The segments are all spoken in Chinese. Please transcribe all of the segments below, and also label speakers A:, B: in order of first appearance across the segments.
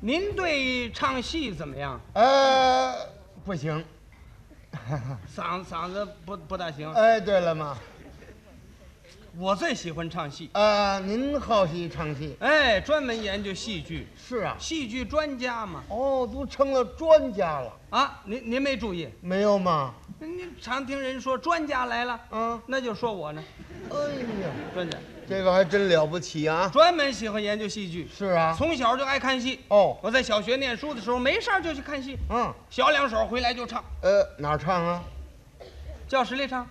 A: 您对唱戏怎么样？
B: 呃，不行。
A: 嗓嗓子不不大行。
B: 哎，对了嘛，
A: 我最喜欢唱戏，
B: 呃，您好戏唱戏
A: 哎，专门研究戏剧，
B: 是啊？
A: 戏剧专家嘛。
B: 哦，都成了专家了，
A: 啊，您您没注意，
B: 没有嘛？
A: 您常听人说专家来了，
B: 啊，
A: 那就说我呢，
B: 哎呀，
A: 专家
B: 这个还真了不起啊！
A: 专门喜欢研究戏剧，
B: 是啊。
A: 从小就爱看戏。
B: 哦，
A: 我在小学念书的时候，没事儿就去看戏，
B: 嗯，
A: 小两手回来就唱，
B: 呃，哪儿唱啊？
A: 教室里唱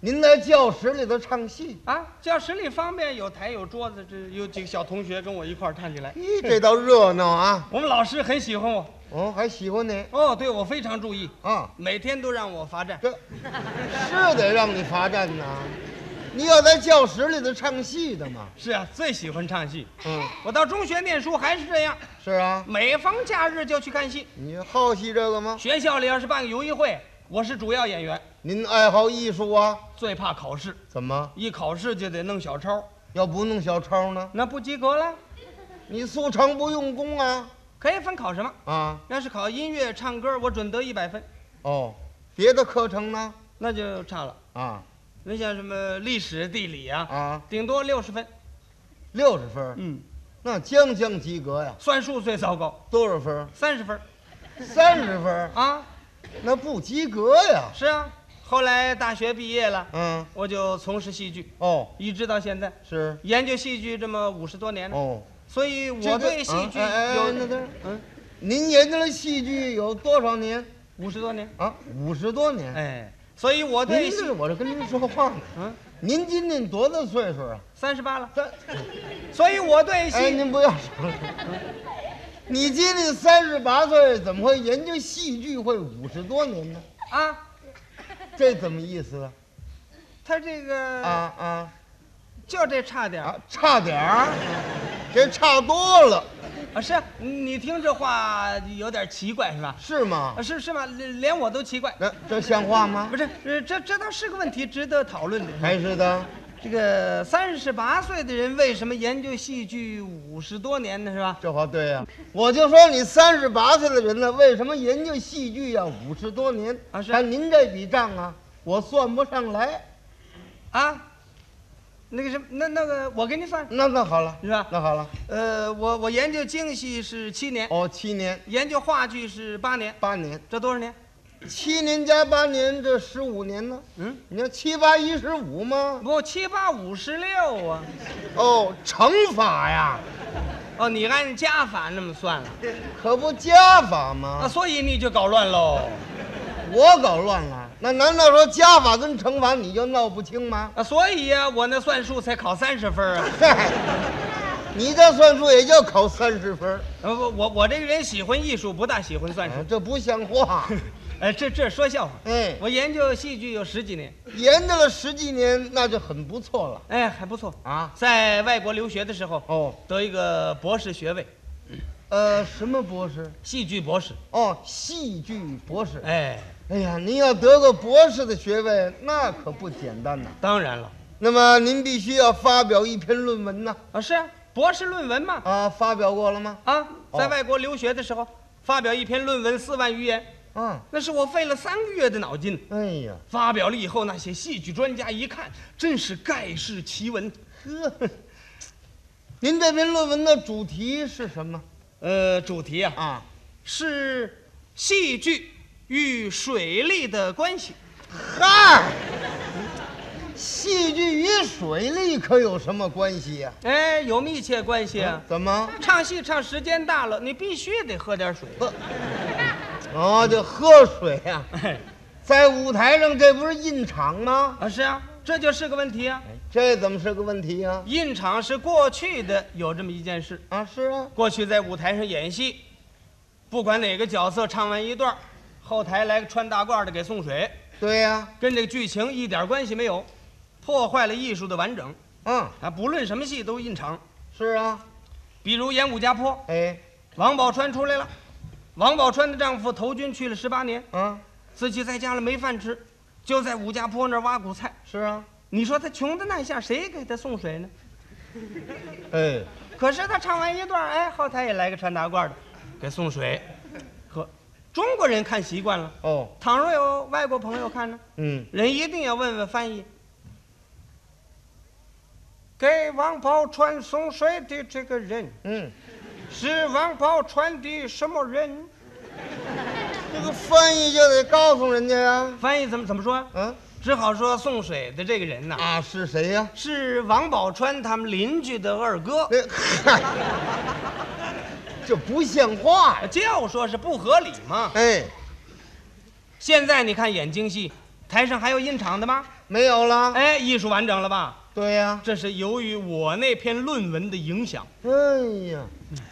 B: 您在教室里头唱戏？
A: 啊，教室里方便，有台有桌子，这有几个小同学跟我一块儿唱起来。
B: 咦，这倒热闹啊！
A: 我们老师很喜欢我，
B: 哦，还喜欢你
A: 哦，对我非常注意，
B: 啊？
A: 每天都让我罚站。
B: 这是得让你罚站呐！你要在教室里头唱戏的嘛？
A: 是啊，最喜欢唱戏。
B: 嗯，
A: 我到中学念书还是这样，
B: 是啊。
A: 每逢假日就去看戏。
B: 你好戏这个吗？
A: 学校里要是办个游艺会，我是主要演员，
B: 您爱好艺术啊？
A: 最怕考试，
B: 怎么
A: 一考试就得弄小抄，
B: 要不弄小抄呢？
A: 那不及格了，
B: 你素常不用功啊？
A: 可以分考什么？
B: 啊，
A: 要是考音乐、唱歌，我准得一百分，
B: 哦，别的课程呢？
A: 那就差了。
B: 啊
A: 你像什么历史、地理啊，
B: 啊，
A: 顶多六十分。
B: 六十分，
A: 嗯，
B: 那将将及格呀。
A: 算术最糟糕，
B: 多少分？
A: 三十分
B: 三十分，
A: 啊。
B: 那不及格呀。
A: 是啊，后来大学毕业了，
B: 嗯，
A: 我就从事戏剧，
B: 哦，
A: 一直到现在，
B: 是，
A: 研究戏剧这么五十多年了。
B: 哦，
A: 所以我对戏剧
B: 这个哎哎哎那
A: 有
B: 那
A: 嗯
B: 您研究了戏剧有多少年
A: 五十多年，
B: 啊？五十多年。
A: 哎，所以我对
B: 您
A: 戏
B: 这我这跟您说话呢。
A: 嗯
B: 您今年多大岁数啊？
A: 三十八了，
B: 三。
A: 所以我对
B: 哎，
A: 戏
B: 您不要说了。 你今年三十八岁，怎么会研究戏剧会五十多年呢？
A: 啊，
B: 这怎么意思啊？
A: 他这
B: 啊
A: 个
B: 啊
A: 就这差点儿
B: 啊！差点儿，这差多了，
A: 啊，是啊你你听这话有点奇怪是吧？
B: 是吗
A: 啊，？是是吗？连连我都奇怪，
B: 那这像话吗
A: 不？是，呃这这倒是个问题，值得讨论的。
B: 还是的，
A: 这个三十八岁的人为什么研究戏剧五十多年呢？是吧？
B: 这话对呀、啊我就说你三十八岁的人呢，为什么研究戏剧呀、五十多年
A: 啊是
B: 看您这笔账啊，我算不上来。
A: 啊，那个什么，那那个我给你算，
B: 那那好了，
A: 是吧
B: 那好了，
A: 呃，我我研究京戏是七年，
B: 哦，七年、
A: 研究话剧是八年，
B: 八年，
A: 这多少年？
B: 七年加八年，这十五年呢？
A: 嗯，
B: 你要七八一十五吗？
A: 不七八五十六啊！
B: 哦，乘法呀，
A: 哦，你按加法那么算了
B: 可不加法
A: 啊，
B: 吗？
A: 所以你就搞乱喽
B: 我搞乱了，那难道说加法跟乘法你就闹不清吗？
A: 啊，所以呀、我那算术才考三十分啊！
B: 嗨，你这算术也就考三十分，
A: 呃我我我这个人喜欢艺术，不大喜欢算术
B: 哎。这不像 话。
A: 呃，这这说笑话，
B: 哎，
A: 我研究戏剧有十几年，
B: 研究了十几年，那就很不错了
A: 哎，还不错。
B: 啊。
A: 在外国留学的时候，
B: 哦，
A: 得一个博士学位，
B: 呃，什么博士？
A: 戏剧博士。
B: 哦，戏剧博士。
A: 哎，
B: 哎呀，您要得个博士的学位，那可不简单呐。
A: 当然了
B: 那么您必须要发表一篇论文呐。
A: 啊，是啊，博士论文嘛。
B: 啊，发表过了吗？
A: 啊，
B: 哦
A: 在外国留学的时候，发表一篇论文四万余言，
B: 啊，
A: 那是我费了三个月的脑筋。
B: 哎呀，
A: 发表了以后，那些戏剧专家一看，真是盖世奇闻。
B: 呵，您这篇论文的主题是什么
A: 呃，主题啊
B: 啊？
A: 是戏剧与水利的关系。
B: 嗨，戏剧与水利可有什么关系呀、
A: 哎，有密切关系啊。
B: 怎么？
A: 唱戏唱时间大了，你必须得喝点水。
B: 哦，就喝水呀、
A: 哎
B: 在舞台上这不是印场吗？哎
A: 啊，是啊，这就是个问题啊。
B: 这怎么是个问题呀、
A: 印场是过去的有这么一件事，
B: 啊？是啊，
A: 过去在舞台上演戏，不管哪个角色唱完一段儿，后台来个穿大褂的给送水，
B: 对呀、
A: 跟这个剧情一点关系没有，破坏了艺术的完整
B: 嗯，
A: 啊！不论什么戏都印场，
B: 是啊，
A: 比如演武家坡，
B: 哎，
A: 王宝钏出来了，王宝钏的丈夫投军去了十八年，
B: 啊，
A: 自己在家里没饭吃，就在武家坡那儿挖苦菜。
B: 是啊，
A: 你说他穷的那下，谁给他送水呢？
B: 哎，
A: 可是他唱完一段，哎，后台也来个穿大褂的，给送水，喝。中国人看习惯了，
B: 哦，
A: 倘若有外国朋友看呢，
B: 嗯，
A: 人一定要问问翻译。给王宝钏送水的这个人
B: 嗯，
A: 是王宝钏的什么人？
B: 这个翻译就得告诉人家呀。
A: 翻译怎么怎么说啊？
B: 嗯，
A: 只好说送水的这个人呐，
B: 啊，是谁呀？
A: 是王宝钏他们邻居的二哥。
B: 那， 嗨，这不像话呀！
A: 就说是不合理嘛。
B: 哎，
A: 现在你看演京戏，台上还有印场的吗？
B: 没有了。
A: 哎，艺术完整了吧？
B: 对呀，
A: 这是由于我那篇论文的影响，
B: 哎呀，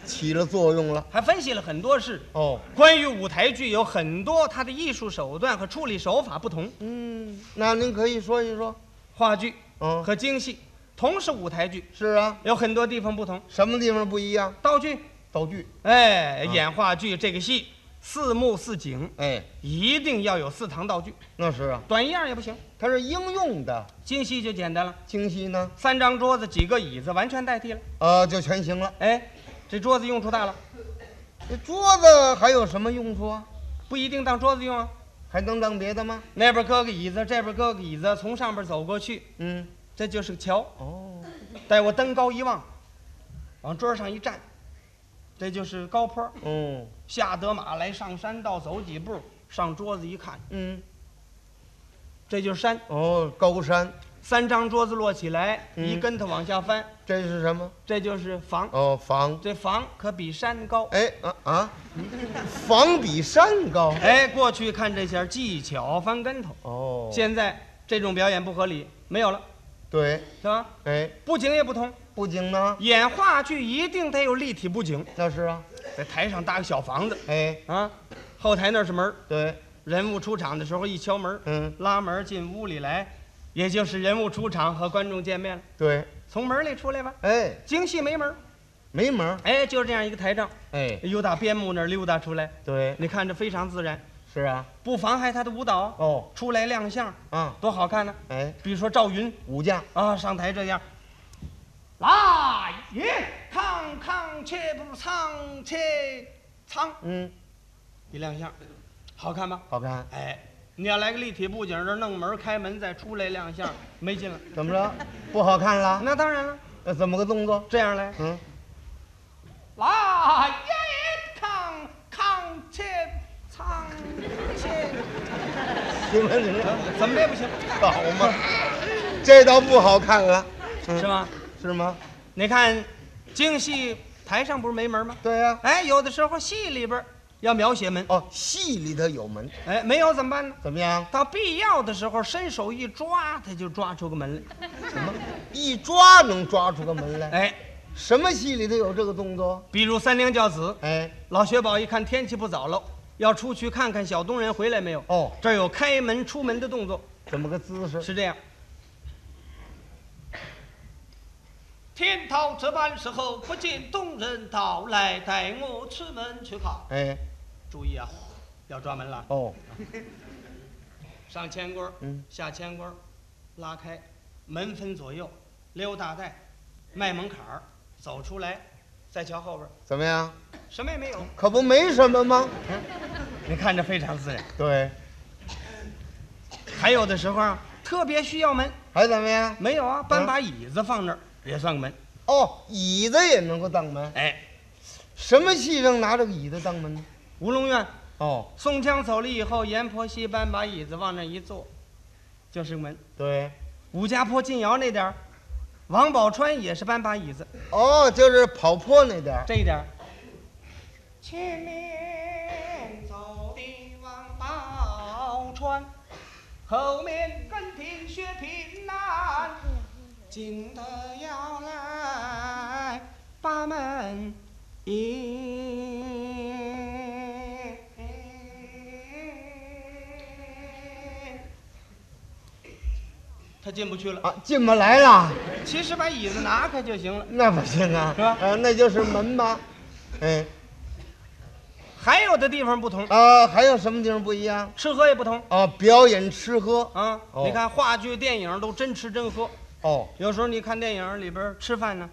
B: 起了作用了。
A: 还分析了很多事。
B: 哦，
A: 关于舞台剧有很多它的艺术手段和处理手法不同，
B: 嗯，那您可以说一说。
A: 话剧
B: 嗯，
A: 和京戏同是舞台剧，
B: 是啊，
A: 有很多地方不同。
B: 什么地方不一样？
A: 道具，
B: 道具。
A: 哎，
B: 嗯
A: 演话剧这个戏四幕四景
B: 哎，
A: 一定要有四堂道具，
B: 那是啊，
A: 短一样也不行。
B: 它是应用的。
A: 京戏就简单了，
B: 清晰呢？
A: 三张桌子几个椅子完全代替了。
B: 呃，就全行了。
A: 哎，这桌子用处大了，
B: 这桌子还有什么用处啊？
A: 不一定当桌子用啊。
B: 还能当别的吗？
A: 那边搁个椅子，这边搁个椅子，从上边走过去，
B: 嗯，
A: 这就是个桥。
B: 哦，
A: 待我登高一望，往桌上一站，这就是高坡。
B: 哦，
A: 下得马来，上山道走几步，上桌子一看，
B: 嗯，
A: 这就是山。
B: 哦，高山，
A: 三张桌子摞起来，
B: 嗯
A: 一跟头往下翻，
B: 这是什么？
A: 这就是房。
B: 哦，房。
A: 这房可比山高。
B: 哎啊啊，房比山高。
A: 哎，过去看这些技巧翻跟头，
B: 哦，
A: 现在这种表演不合理，没有了，
B: 对，
A: 是吧？
B: 哎，
A: 布景也不同，
B: 布景呢？
A: 演话剧一定得有立体布景，
B: 那是啊。
A: 在台上搭个小房子
B: 哎，
A: 啊，后台那儿是门儿，
B: 对，
A: 人物出场的时候一敲门儿，
B: 嗯，
A: 拉门儿进屋里来，也就是人物出场和观众见面了，
B: 对，
A: 从门儿里出来吧。
B: 哎，
A: 京戏没门儿，
B: 没门儿。
A: 哎，就是这样一个台账，
B: 哎，
A: 由打边幕那儿溜达出来，
B: 对，
A: 你看着非常自然，
B: 是啊。
A: 不妨害他的舞蹈，
B: 哦，
A: 出来亮相
B: 啊，
A: 多好看呢、
B: 哎，
A: 比如说赵云
B: 武将。
A: 啊，上台这样。来也，康康且不唱且唱，
B: 嗯，
A: 一亮相，好看吧？
B: 好看。
A: 哎，你要来个立体布景，这儿弄门开门再出来亮相，没劲了。
B: 怎么着？不好看了？
A: 那当然了，
B: 那怎么个动作？
A: 这样来，
B: 嗯，
A: 来也康康且唱且，
B: 行了，行了。
A: 怎么这不行？
B: 好嘛，这倒不好看了，嗯
A: 是吗？
B: 是吗？
A: 你看，京戏台上不是没门吗？
B: 对呀、
A: 哎，有的时候戏里边儿要描写门，
B: 哦，戏里头有门，
A: 哎，没有怎么办呢？
B: 怎么样？
A: 到必要的时候伸手一抓，他就抓出个门来。
B: 一抓能抓出个门来。
A: 哎，
B: 什么戏里头有这个动作？
A: 比如三娘教子，
B: 哎，
A: 老薛宝一看天气不早了，要出去看看小东人回来没有。
B: 哦，
A: 这儿有开门出门的动作，
B: 怎么个姿势？
A: 是这样。天到这般时候，不见东人到来，带我出门去看。
B: 哎，
A: 注意啊，要抓门了，
B: 哦，
A: 上铅棍儿，
B: 嗯
A: 下铅棍儿，拉开，门分左右，溜大带，迈门槛儿，走出来，再瞧后边儿，
B: 怎么样？
A: 什么也没有。
B: 可不没什么吗？
A: 你看着非常自然。
B: 对，
A: 还有的时候啊，特别需要门，
B: 还怎么样？
A: 没有啊，搬把椅子放那儿也算个门。
B: 哦，椅子也能够当门。
A: 哎，
B: 什么戏上拿这个椅子当门呢？
A: 吴龙院
B: 哦，
A: 宋江走了以后，阎婆惜搬把椅子往那儿一坐，就是个门。
B: 对，
A: 武家坡进窑那点儿，王宝钏也是搬把椅子，
B: 哦，就是跑坡那点儿。
A: 这一点儿。前面走的王宝钏，后面跟听薛平南，进得要来把门迎。他进不去了。
B: 啊，进不来了。
A: 其实把椅子拿开就行了。
B: 那不行啊，
A: 是吧
B: 呃，那就是门吧。哎，
A: 还有的地方不同，
B: 啊，还有什么地方不一样？
A: 吃喝也不同
B: 啊，表演吃喝。
A: 啊。
B: 哦
A: 你看话剧、电影都真吃真喝，
B: 哦，
A: 有时候你看电影里边吃饭呢，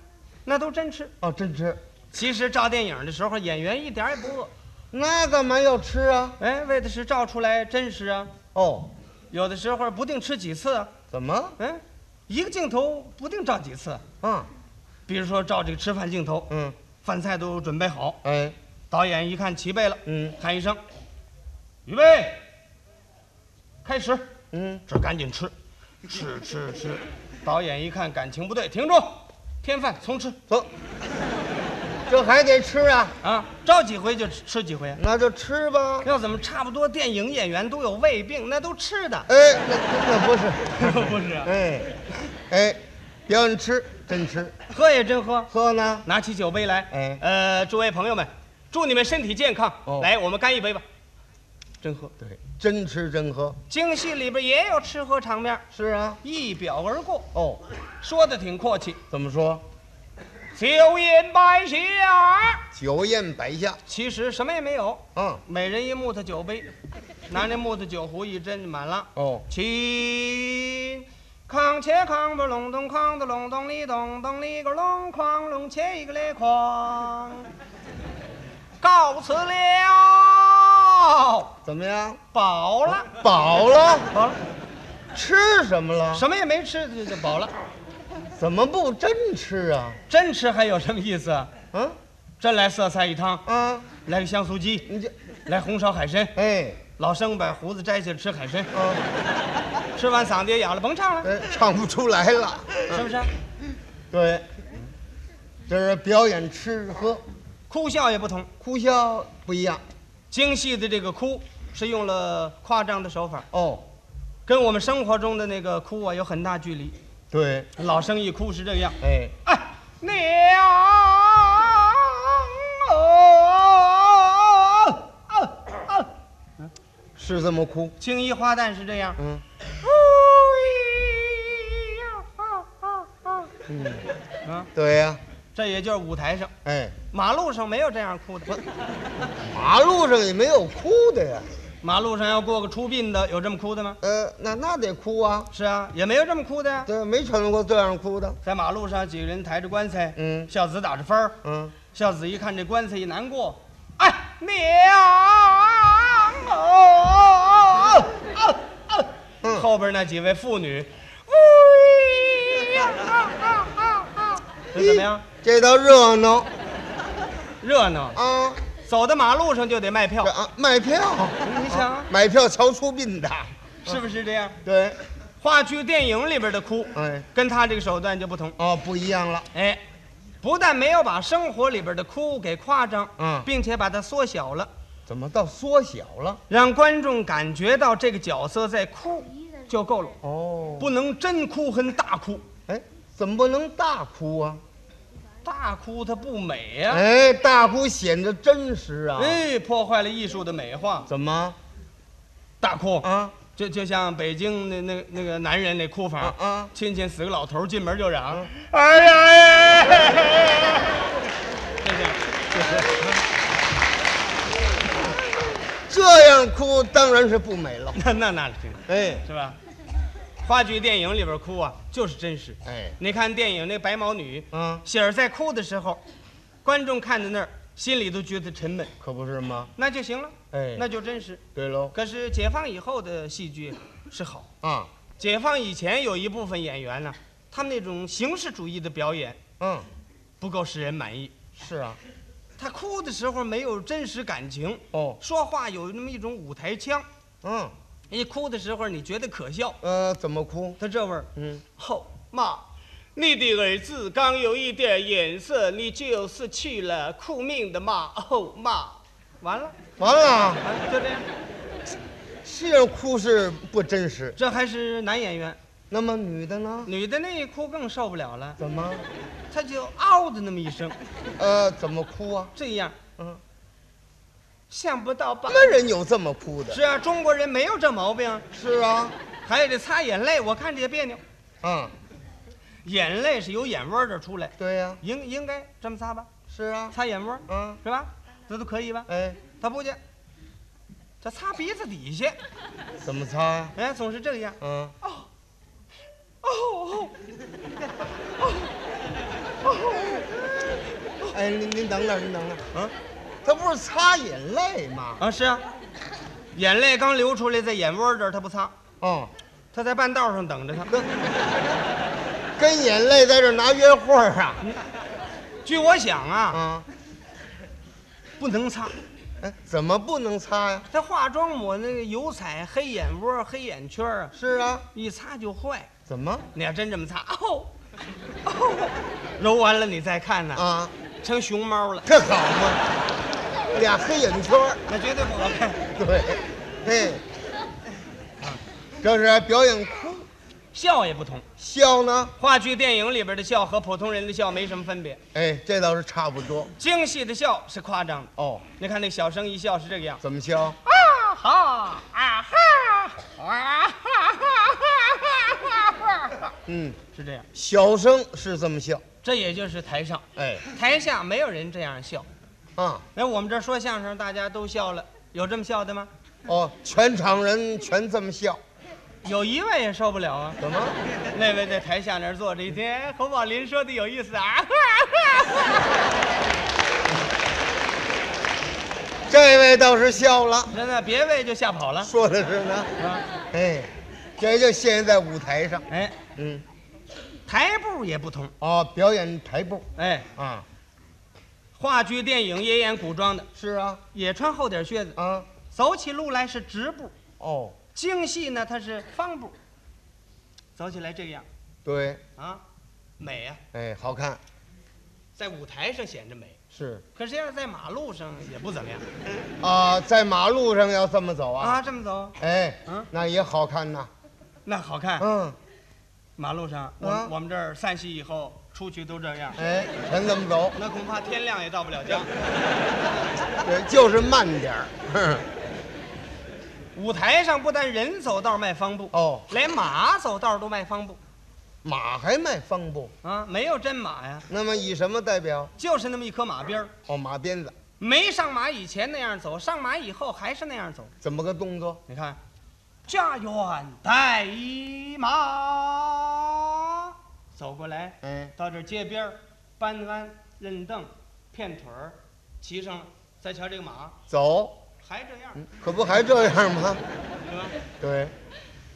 A: 那都真吃。
B: 哦，真吃。
A: 其实照电影的时候，演员一点也不饿，
B: 那干嘛要吃啊？
A: 哎，为的是照出来真实啊。
B: 哦，
A: 有的时候不定吃几次啊，
B: 怎么？
A: 嗯，一个镜头不定照几次。
B: 啊，
A: 比如说照这个吃饭镜头，
B: 嗯，
A: 饭菜都准备好，
B: 哎，
A: 导演一看齐备了，
B: 嗯
A: 喊一声，预备，开始，
B: 嗯，
A: 这赶紧 吃，吃吃吃。导演一看感情不对，停住，添饭重吃
B: 走，这还得吃啊？
A: 啊，照几回就吃吃几回。啊
B: 那就吃吧。，
A: 要怎么差不多？电影演员都有胃病，那都吃的
B: 哎，那那不是，
A: 不是啊？
B: 哎，哎，表演吃真吃，
A: 喝也真喝，
B: 喝呢？
A: 拿起酒杯来。
B: 哎
A: 呃，诸位朋友们，祝你们身体健康。
B: 哦
A: 来，我们干一杯吧。真喝，
B: 对，真吃真喝。
A: 京戏里边也有吃喝场面，
B: 是啊。
A: 一表而过，
B: 哦，
A: 说的挺阔气。
B: 怎么说？
A: 酒饮百下，
B: 酒宴摆下，
A: 其实什么也没有，
B: 嗯，
A: 每人一木头酒杯，拿那木头酒壶一斟，满了。
B: 哦，
A: 起，康且康不隆咚康的隆咚哩咚咚哩个隆哐隆且一个嘞哐，告辞了，
B: 怎么样？
A: 饱了，
B: 饱了，
A: 饱了，
B: 吃什么了？
A: 什么也没吃就就饱了，
B: 怎么不真吃啊？
A: 真吃还有什么意思啊？
B: 啊
A: 真来色菜一汤，
B: 啊，
A: 来个香酥鸡，
B: 你这，
A: 来红烧海参。
B: 哎，
A: 老生把胡子摘下来吃海参，
B: 啊，
A: 吃完嗓子也哑了，甭唱了，
B: 哎，唱不出来了。
A: 是不是？
B: 对，这是表演吃喝，
A: 哭笑也不同，
B: 哭笑不一样。
A: 京戏的这个哭是用了夸张的手法。
B: 哦，
A: 跟我们生活中的那个哭啊有很大距离。
B: 对，
A: 老生一哭是这个样，
B: 哎，
A: 哎，娘啊！
B: 是这么哭。
A: 青衣花旦是这样，
B: 嗯，
A: 啊，
B: 对呀、
A: 这也就是舞台上，
B: 哎，
A: 马路上没有这样哭的。
B: 马路上也没有哭的呀。
A: 马路上要过个出殡的，有这么哭的吗？
B: 呃，那那得哭啊，
A: 是啊，也没有这么哭的呀。
B: 这没传闻过这样哭的。
A: 在马路上，几个人抬着棺材，
B: 嗯
A: 孝子打着幡儿，
B: 嗯，
A: 孝子一看这棺材一难过，哎，啊娘哦，哦哦
B: 嗯
A: 后边那几位妇女，啊这怎么样？
B: 这倒热闹
A: 热闹，
B: 啊！
A: 走到马路上就得卖票
B: 这，啊，卖票，
A: 你想啊
B: 买票瞧出殡的。
A: 是不是这样？
B: 对，
A: 话剧、电影里边的哭，
B: 哎，
A: 跟他这个手段就不同，
B: 哦，不一样了。
A: 哎。不但没有把生活里边的哭给夸张，
B: 嗯
A: 并且把它缩小了，
B: 怎么到缩小了？
A: 让观众感觉到这个角色在哭就够了。
B: 哦，
A: 不能真哭跟大哭，
B: 哎，怎么不能大哭啊？
A: 大哭它不美呀、
B: 哎，大哭显得真实啊。
A: 哎，破坏了艺术的美化。
B: 怎么
A: 大哭，
B: 啊？
A: 就就像北京那那那个男人那哭法，
B: 啊啊
A: 亲戚死个老头儿进门就嚷，哎呀哎呀，就这样
B: 这样哭当然是不美了。
A: 那那那是
B: 哎
A: 是吧？话剧、电影里边哭啊，就是真实。
B: 哎，
A: 你看电影那白毛女，
B: 啊，
A: 喜儿在哭的时候，观众看在那儿，心里都觉得沉闷，
B: 可不是吗？
A: 那就行了，
B: 哎，
A: 那就真实。
B: 对喽
A: 可是解放以后的戏剧是好，
B: 啊，
A: 解放以前有一部分演员呢，他们那种形式主义的表演
B: 嗯，
A: 不够使人满意。
B: 是啊，
A: 他哭的时候没有真实感情，
B: 哦，
A: 说话有那么一种舞台腔，
B: 嗯，
A: 一哭的时候你觉得可笑，
B: 呃，怎么哭？
A: 他这味儿。
B: 嗯，
A: 后妈，你的儿子刚有一点眼色，你就失去了哭命的妈。哦妈，完了，
B: 完了，
A: 啊，就这样。
B: 这样哭是不真实。
A: 这还是男演员，
B: 那么女的呢？
A: 女的那一哭更受不了了，
B: 怎么？
A: 她就嗷的那么一声。
B: 呃，怎么哭啊？
A: 这样，
B: 嗯，
A: 想不到吧？
B: 什么人有这么哭的？
A: 是啊，中国人没有这毛病，
B: 是啊，
A: 还有这擦眼泪，我看着也别扭。
B: 啊，
A: 眼泪是由眼窝这儿出来，
B: 对呀、
A: 应应该这么擦吧？
B: 是啊，
A: 擦眼窝
B: 啊，
A: 是吧？这都可以吧？
B: 哎，
A: 他不去，这擦鼻子底下，
B: 怎么擦呀、
A: 哎，总是这样。哦
B: 嗯，
A: 哦哦
B: 哎，您您等等，您等等，
A: 嗯
B: 他不是擦眼泪吗？
A: 啊，是啊，眼泪刚流出来，在眼窝这儿，他不擦，
B: 哦，
A: 他在半道上等着他。
B: 跟眼泪在这儿拿约会儿啊？
A: 据我想啊，
B: 啊，
A: 不能擦。
B: 哎，怎么不能擦呀、
A: 他化妆抹那个油彩，黑眼窝、黑眼圈啊，
B: 是啊，
A: 一擦就坏。
B: 怎么
A: 你要真这么擦，哦，哦揉完了你再看呢、
B: 啊？
A: 成熊猫了，
B: 这好嘛，俩黑眼圈儿，
A: 那绝对不好看。
B: 对，哎，啊这是表演哭，
A: 笑也不同，
B: 笑呢？
A: 话剧、电影里边的笑和普通人的笑没什么分别。
B: 哎，这倒是差不多
A: 京戏的笑是夸张的，
B: 哦。
A: 你看那小生一笑是这个样，
B: 怎么笑？
A: 啊哈啊哈啊哈啊哈哈哈，
B: 嗯，
A: 是这样。
B: 小生是这么笑，
A: 这也就是台上，
B: 哎，
A: 台下没有人这样笑。
B: 啊，
A: 那哎我们这说相声，大家都笑了，有这么笑的吗？
B: 哦，全场人全这么笑，
A: 有一位也受不了啊！
B: 怎么？
A: 那位在台下那儿坐着一听，哎侯宝林说的有意思啊！
B: 这位倒是笑了，
A: 真的，别位就吓跑了。
B: 说的是呢，
A: 啊，
B: 哎，这就现在舞台上，
A: 哎，
B: 嗯，
A: 台步也不同，
B: 哦，表演台步
A: 哎，
B: 啊，
A: 话剧、电影也演古装的，
B: 是啊，
A: 也穿厚底靴子，
B: 啊，
A: 走起路来是直步。
B: 哦，
A: 京戏呢，它是方步，走起来这个样
B: 对，
A: 啊，美呀、
B: 哎，好看，
A: 在舞台上显着美，
B: 是
A: 可是要是在马路上也不怎么样
B: 啊，在马路上要这么走啊，
A: 啊。这么走，
B: 哎
A: 嗯，
B: 那也好看呐，
A: 那好看。
B: 嗯，
A: 马路上，我、
B: 啊
A: 我们这儿散戏以后出去都这样，
B: 哎，全这么走，
A: 那恐怕天亮也到不了家。
B: 对，就是慢点儿， 哼
A: 舞台上不但人走道迈方步，
B: 哦，
A: 连马走道都迈方步
B: 马还迈方步，
A: 啊，没有真马呀，
B: 那么以什么代表？
A: 就是那么一颗马鞭儿。
B: 哦，马鞭子，
A: 没上马以前那样走，上马以后还是那样走。
B: 怎么个动作？
A: 你看，驾远带一马走过来，
B: 哎，
A: 到这街边儿搬弯认凳，片腿儿，骑上了，再瞧这个马
B: 走。
A: 还这样，
B: 可不还这样吗？
A: 对吧？
B: 对，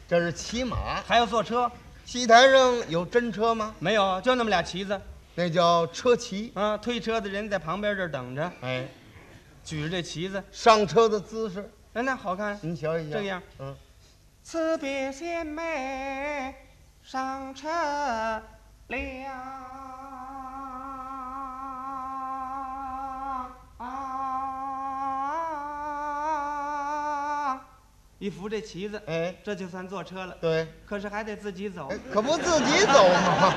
B: 这是骑马。
A: 还要坐车，
B: 戏台上有真车吗？
A: 没有，就那么俩旗子
B: 那叫车骑。
A: 啊！推车的人在旁边这儿等着，
B: 哎，
A: 举着这旗子，
B: 上车的姿势，
A: 哎，那好看。
B: 您瞧一瞧。
A: 这样，
B: 嗯，
A: 辞别贤妹，上车了。啊一扶这旗子，
B: 哎，
A: 这就算坐车了。
B: 对，
A: 可是还得自己走
B: 哎，可不自己走吗？